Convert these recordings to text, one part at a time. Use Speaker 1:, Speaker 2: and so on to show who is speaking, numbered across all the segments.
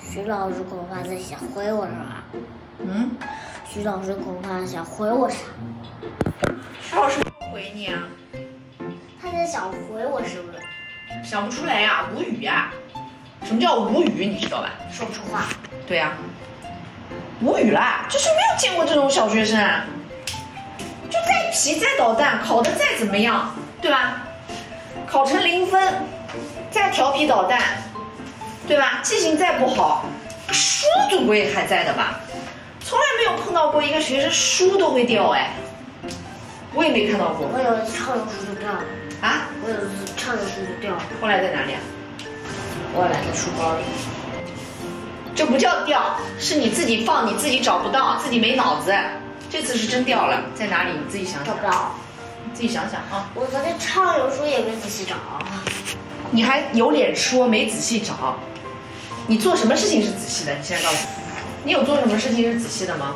Speaker 1: 徐老师恐怕在想回我啥？
Speaker 2: 嗯，
Speaker 1: 徐老师恐怕想回我啥？
Speaker 2: 徐老师没回你啊，
Speaker 1: 他在想回我是不是？
Speaker 2: 想不出来呀、无语呀、什么叫无语？你知道吧？
Speaker 1: 说不出话。
Speaker 2: 对呀、无语啦，就是没有见过这种小学生，啊，就再皮再捣蛋，考的再怎么样，对吧？考成零分，再调皮捣蛋，对吧？记性再不好，书总归还在的吧？从来没有碰到过一个学生书都会掉哎，我也没看到过
Speaker 1: 我有一次唱着书就掉了，
Speaker 2: 啊。
Speaker 1: 我有一次唱着书就掉了，
Speaker 2: 后来在哪里啊？
Speaker 1: 我懒得书包里。
Speaker 2: 这不叫掉，是你自己放，你自己找不到，自己没脑子。这次是真掉了，在哪里？你自己想
Speaker 1: 找
Speaker 2: 想
Speaker 1: 不，到。
Speaker 2: 自己想想啊。
Speaker 1: 我昨天唱有书也没仔细找，
Speaker 2: 你还有脸说没仔细找？你做什么事情是仔细的？你现在告诉我，你有做什么事情是仔细的吗？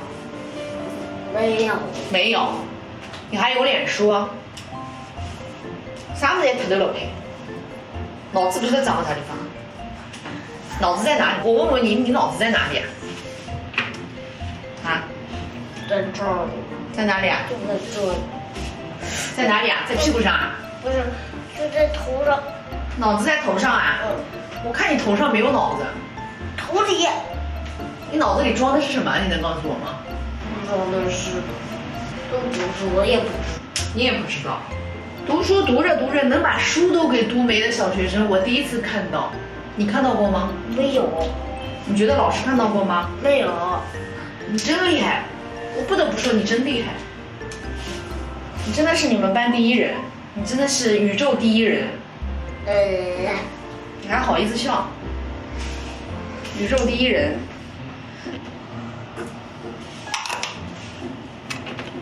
Speaker 1: 没有。
Speaker 2: 没有，你还有脸说？啥物事侪脱头落尾？脑子不是在长到啥地方？脑子在哪里？我问问你，你脑子在哪里啊？啊，
Speaker 1: 在这里，
Speaker 2: 在哪里啊？
Speaker 1: 就在这里，
Speaker 2: 在哪里啊？在屁股上啊？
Speaker 1: 不是，就在头上，
Speaker 2: 脑子在头上啊？
Speaker 1: 嗯，
Speaker 2: 我看你头上没有脑子，
Speaker 1: 头里。
Speaker 2: 你脑子里装的是什么啊？你能告诉我吗？
Speaker 1: 不装的是，都不是，我也不知。
Speaker 2: 你也不知道。读书读着读着，能把书都给读没的小学生，我第一次看到。你看到过吗？
Speaker 1: 没有，
Speaker 2: 你觉得老师看到过吗？
Speaker 1: 没有，
Speaker 2: 你真厉害，我不得不说你真厉害，你真的是你们班第一人，你真的是宇宙第一人，
Speaker 1: 呃，
Speaker 2: 你还好意思笑？宇宙第一人，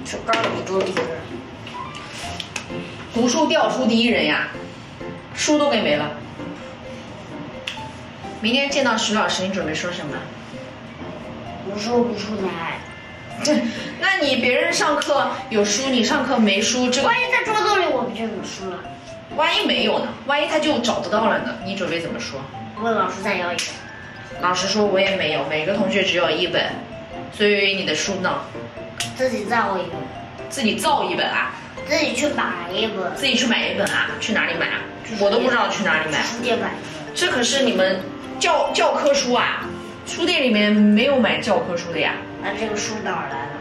Speaker 1: 是高宇宙里边。
Speaker 2: 读书掉书第一人呀，书都给没了。明天见到徐老师，你准备说什么？
Speaker 1: 我说不出来。
Speaker 2: 那你别人上课有书，你上课没书，这个
Speaker 1: 万一在桌子里我不就有书了？
Speaker 2: 万一没有呢？万一他就找不到了呢？你准备怎么说？
Speaker 1: 问老师再要一个。
Speaker 2: 老师说我也没有，每个同学只有一本，所以你的书呢？
Speaker 1: 自己造一个，
Speaker 2: 自己造一本啊，
Speaker 1: 自己去买一本，
Speaker 2: 自己去买一本啊，去哪里买啊？我都不知道去哪里买，
Speaker 1: 书店买一个。
Speaker 2: 这可是你们教教科书啊，书店里面没有买教科书的呀，
Speaker 1: 那这个书哪儿来的？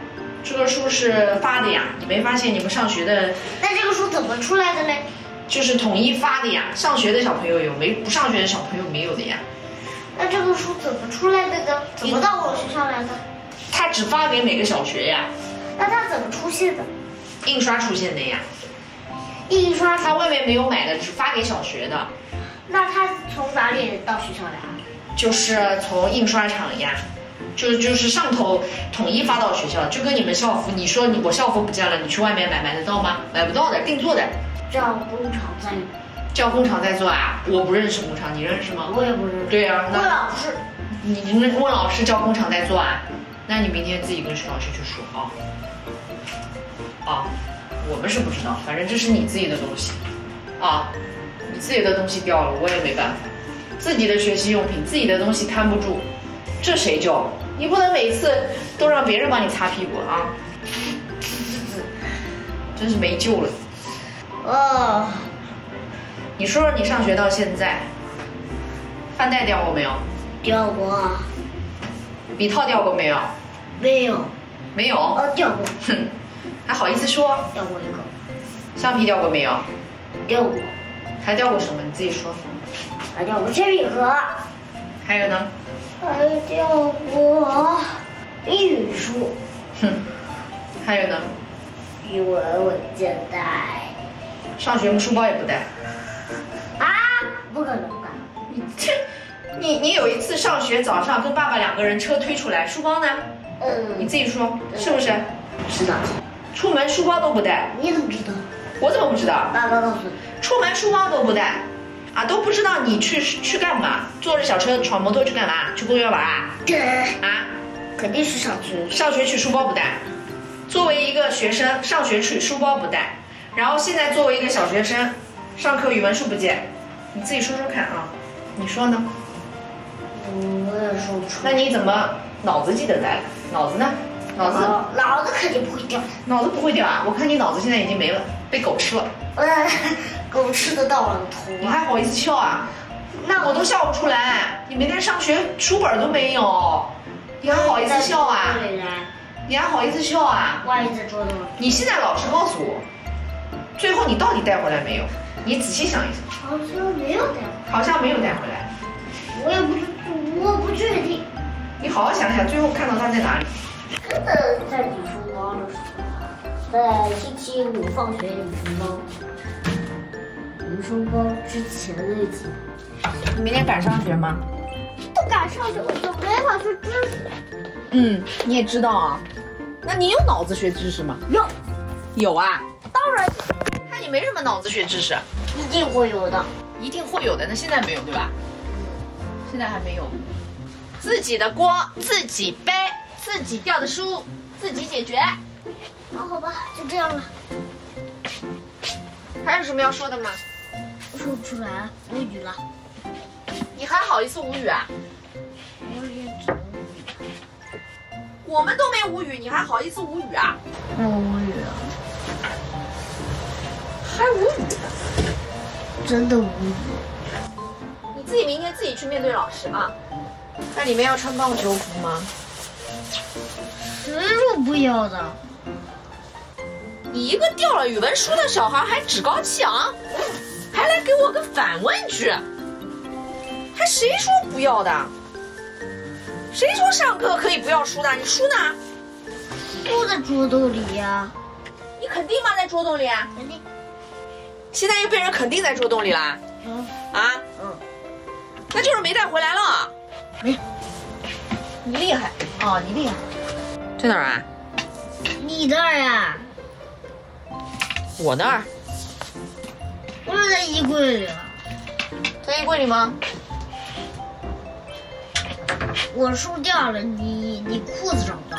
Speaker 2: 这个书是发的呀，你没发现你们上学的，
Speaker 1: 那这个书怎么出来的嘞？
Speaker 2: 就是统一发的呀，上学的小朋友有，没不上学的小朋友没有的呀，
Speaker 1: 那这个书怎么出来的呢？怎么到我身上来的？
Speaker 2: 他只发给每个小学呀，
Speaker 1: 那它怎么出现的？
Speaker 2: 印刷出现的呀，
Speaker 1: 印刷
Speaker 2: 他
Speaker 1: 它，
Speaker 2: 外面没有买的，只发给小学的，
Speaker 1: 那它从哪里到学校来啊？
Speaker 2: 就是从印刷厂呀，就就是上头统一发到学校，就跟你们校服，你说你我校服不见了，你去外面买买得到吗？买不到的，定做的，
Speaker 1: 叫工厂在哪？
Speaker 2: 叫工厂在做啊，我不认识工厂，你认识吗？
Speaker 1: 我也不认识。
Speaker 2: 对呀、
Speaker 1: 问
Speaker 2: 那
Speaker 1: 老师，
Speaker 2: 你你问问老师叫工厂在做啊，那你明天自己跟徐老师去说啊。啊，我们是不知道，反正这是你自己的东西，啊，你自己的东西掉了，我也没办法，自己的学习用品，自己的东西摊不住，这谁教？你不能每次都让别人帮你擦屁股啊，真是没救了。
Speaker 1: 哦，
Speaker 2: 你说说你上学到现在，饭袋掉过没有？
Speaker 1: 掉过，
Speaker 2: 笔套掉过没有？
Speaker 1: 没有，
Speaker 2: 没有，
Speaker 1: 哦，掉过，
Speaker 2: 哼，还好意思说？
Speaker 1: 掉过一个，
Speaker 2: 橡皮掉过没有？
Speaker 1: 掉过，
Speaker 2: 还掉过什么？你自己说。
Speaker 1: 还掉过铅笔盒，
Speaker 2: 还有呢？
Speaker 1: 还掉过英语书、
Speaker 2: 哼，还有呢？
Speaker 1: 语文文件袋
Speaker 2: 上学书包也不带。
Speaker 1: 啊，不可能吧？
Speaker 2: 你这，你你有一次上学早上跟爸爸两个人车推出来，书包呢？你
Speaker 1: 嗯，
Speaker 2: 自己说是不是？
Speaker 1: 知道。
Speaker 2: 出门书包都不带，
Speaker 1: 你怎么知道？
Speaker 2: 我怎么不知道？
Speaker 1: 爸爸告诉你，
Speaker 2: 出门书包都不带，啊都不知道你去去干嘛？坐着小车闯摩托去干嘛？去公园玩啊？
Speaker 1: 这
Speaker 2: 啊？
Speaker 1: 肯定是上学。
Speaker 2: 上学去书包不带，作为一个学生上学去书包不带，然后现在作为一个小学生，上课语文书不见，你自己说说看啊，你说呢？
Speaker 1: 嗯，分的时候出
Speaker 2: 那。你怎么脑子记得在了？脑子呢？脑子、
Speaker 1: 脑脑子肯定不会掉，
Speaker 2: 脑子不会掉啊！我看你脑子现在已经没了，被狗吃了，
Speaker 1: 呃，狗吃得到了头
Speaker 2: 你
Speaker 1: 啊。
Speaker 2: 还好意思笑啊？那我都笑不出来，你每天上学书本都没有，你还好意思笑啊？
Speaker 1: 对呀，
Speaker 2: 你还好意思笑啊？
Speaker 1: 万一在桌子上，
Speaker 2: 你现在老实告诉我，最后你到底带回来没有？你仔细想一想，
Speaker 1: 好像没有的，
Speaker 2: 好像没有带回来。
Speaker 1: 我也不知，我不确定。
Speaker 2: 你好好想想，最后看到它在哪里？
Speaker 1: 真的在你书包的时候，啊在星期五放学你书包，你书包之前那集
Speaker 2: 你明天敢上学吗？
Speaker 1: 不敢上学，我就没法去知识。
Speaker 2: 嗯，你也知道啊。那你有脑子学知识吗？
Speaker 1: 有，
Speaker 2: 有啊。
Speaker 1: 当然
Speaker 2: 那你没什么脑子学知识，
Speaker 1: 一定会有的。
Speaker 2: 一定会有的。那现在没有对吧？现在还没有。自己的锅，自己背，自己掉的书，自己解决。
Speaker 1: 好好吧，就这样了。
Speaker 2: 还有什么要说的吗？
Speaker 1: 我说不出来，无语了。
Speaker 2: 你还好意思无语啊？
Speaker 1: 我也只能无语。
Speaker 2: 我们都没无语，你还好意思无语啊？
Speaker 1: 我无语了，
Speaker 2: 还无语呢？
Speaker 1: 真的无语。
Speaker 2: 你自己明天自己去面对老师啊。那里面要穿棒球服吗？
Speaker 1: 实属不要的。
Speaker 2: 你一个掉了语文书的小孩还趾高气昂，还来给我个反问句，还谁说不要的？谁说上课可以不要书的？你书呢？
Speaker 1: 都在桌兜里呀、
Speaker 2: 你肯定吗？在桌洞里？啊？
Speaker 1: 肯定。
Speaker 2: 现在又被人肯定在桌洞里啦？
Speaker 1: 嗯
Speaker 2: 啊？
Speaker 1: 嗯，
Speaker 2: 那就是没带回来了。
Speaker 1: 没。
Speaker 2: 你厉害
Speaker 1: 哦，你厉害。
Speaker 2: 在哪儿啊？
Speaker 1: 你那儿啊呀？
Speaker 2: 我那儿，
Speaker 1: 我是在衣柜里。
Speaker 2: 在衣柜里吗？
Speaker 1: 我书掉了，你你裤子找不到。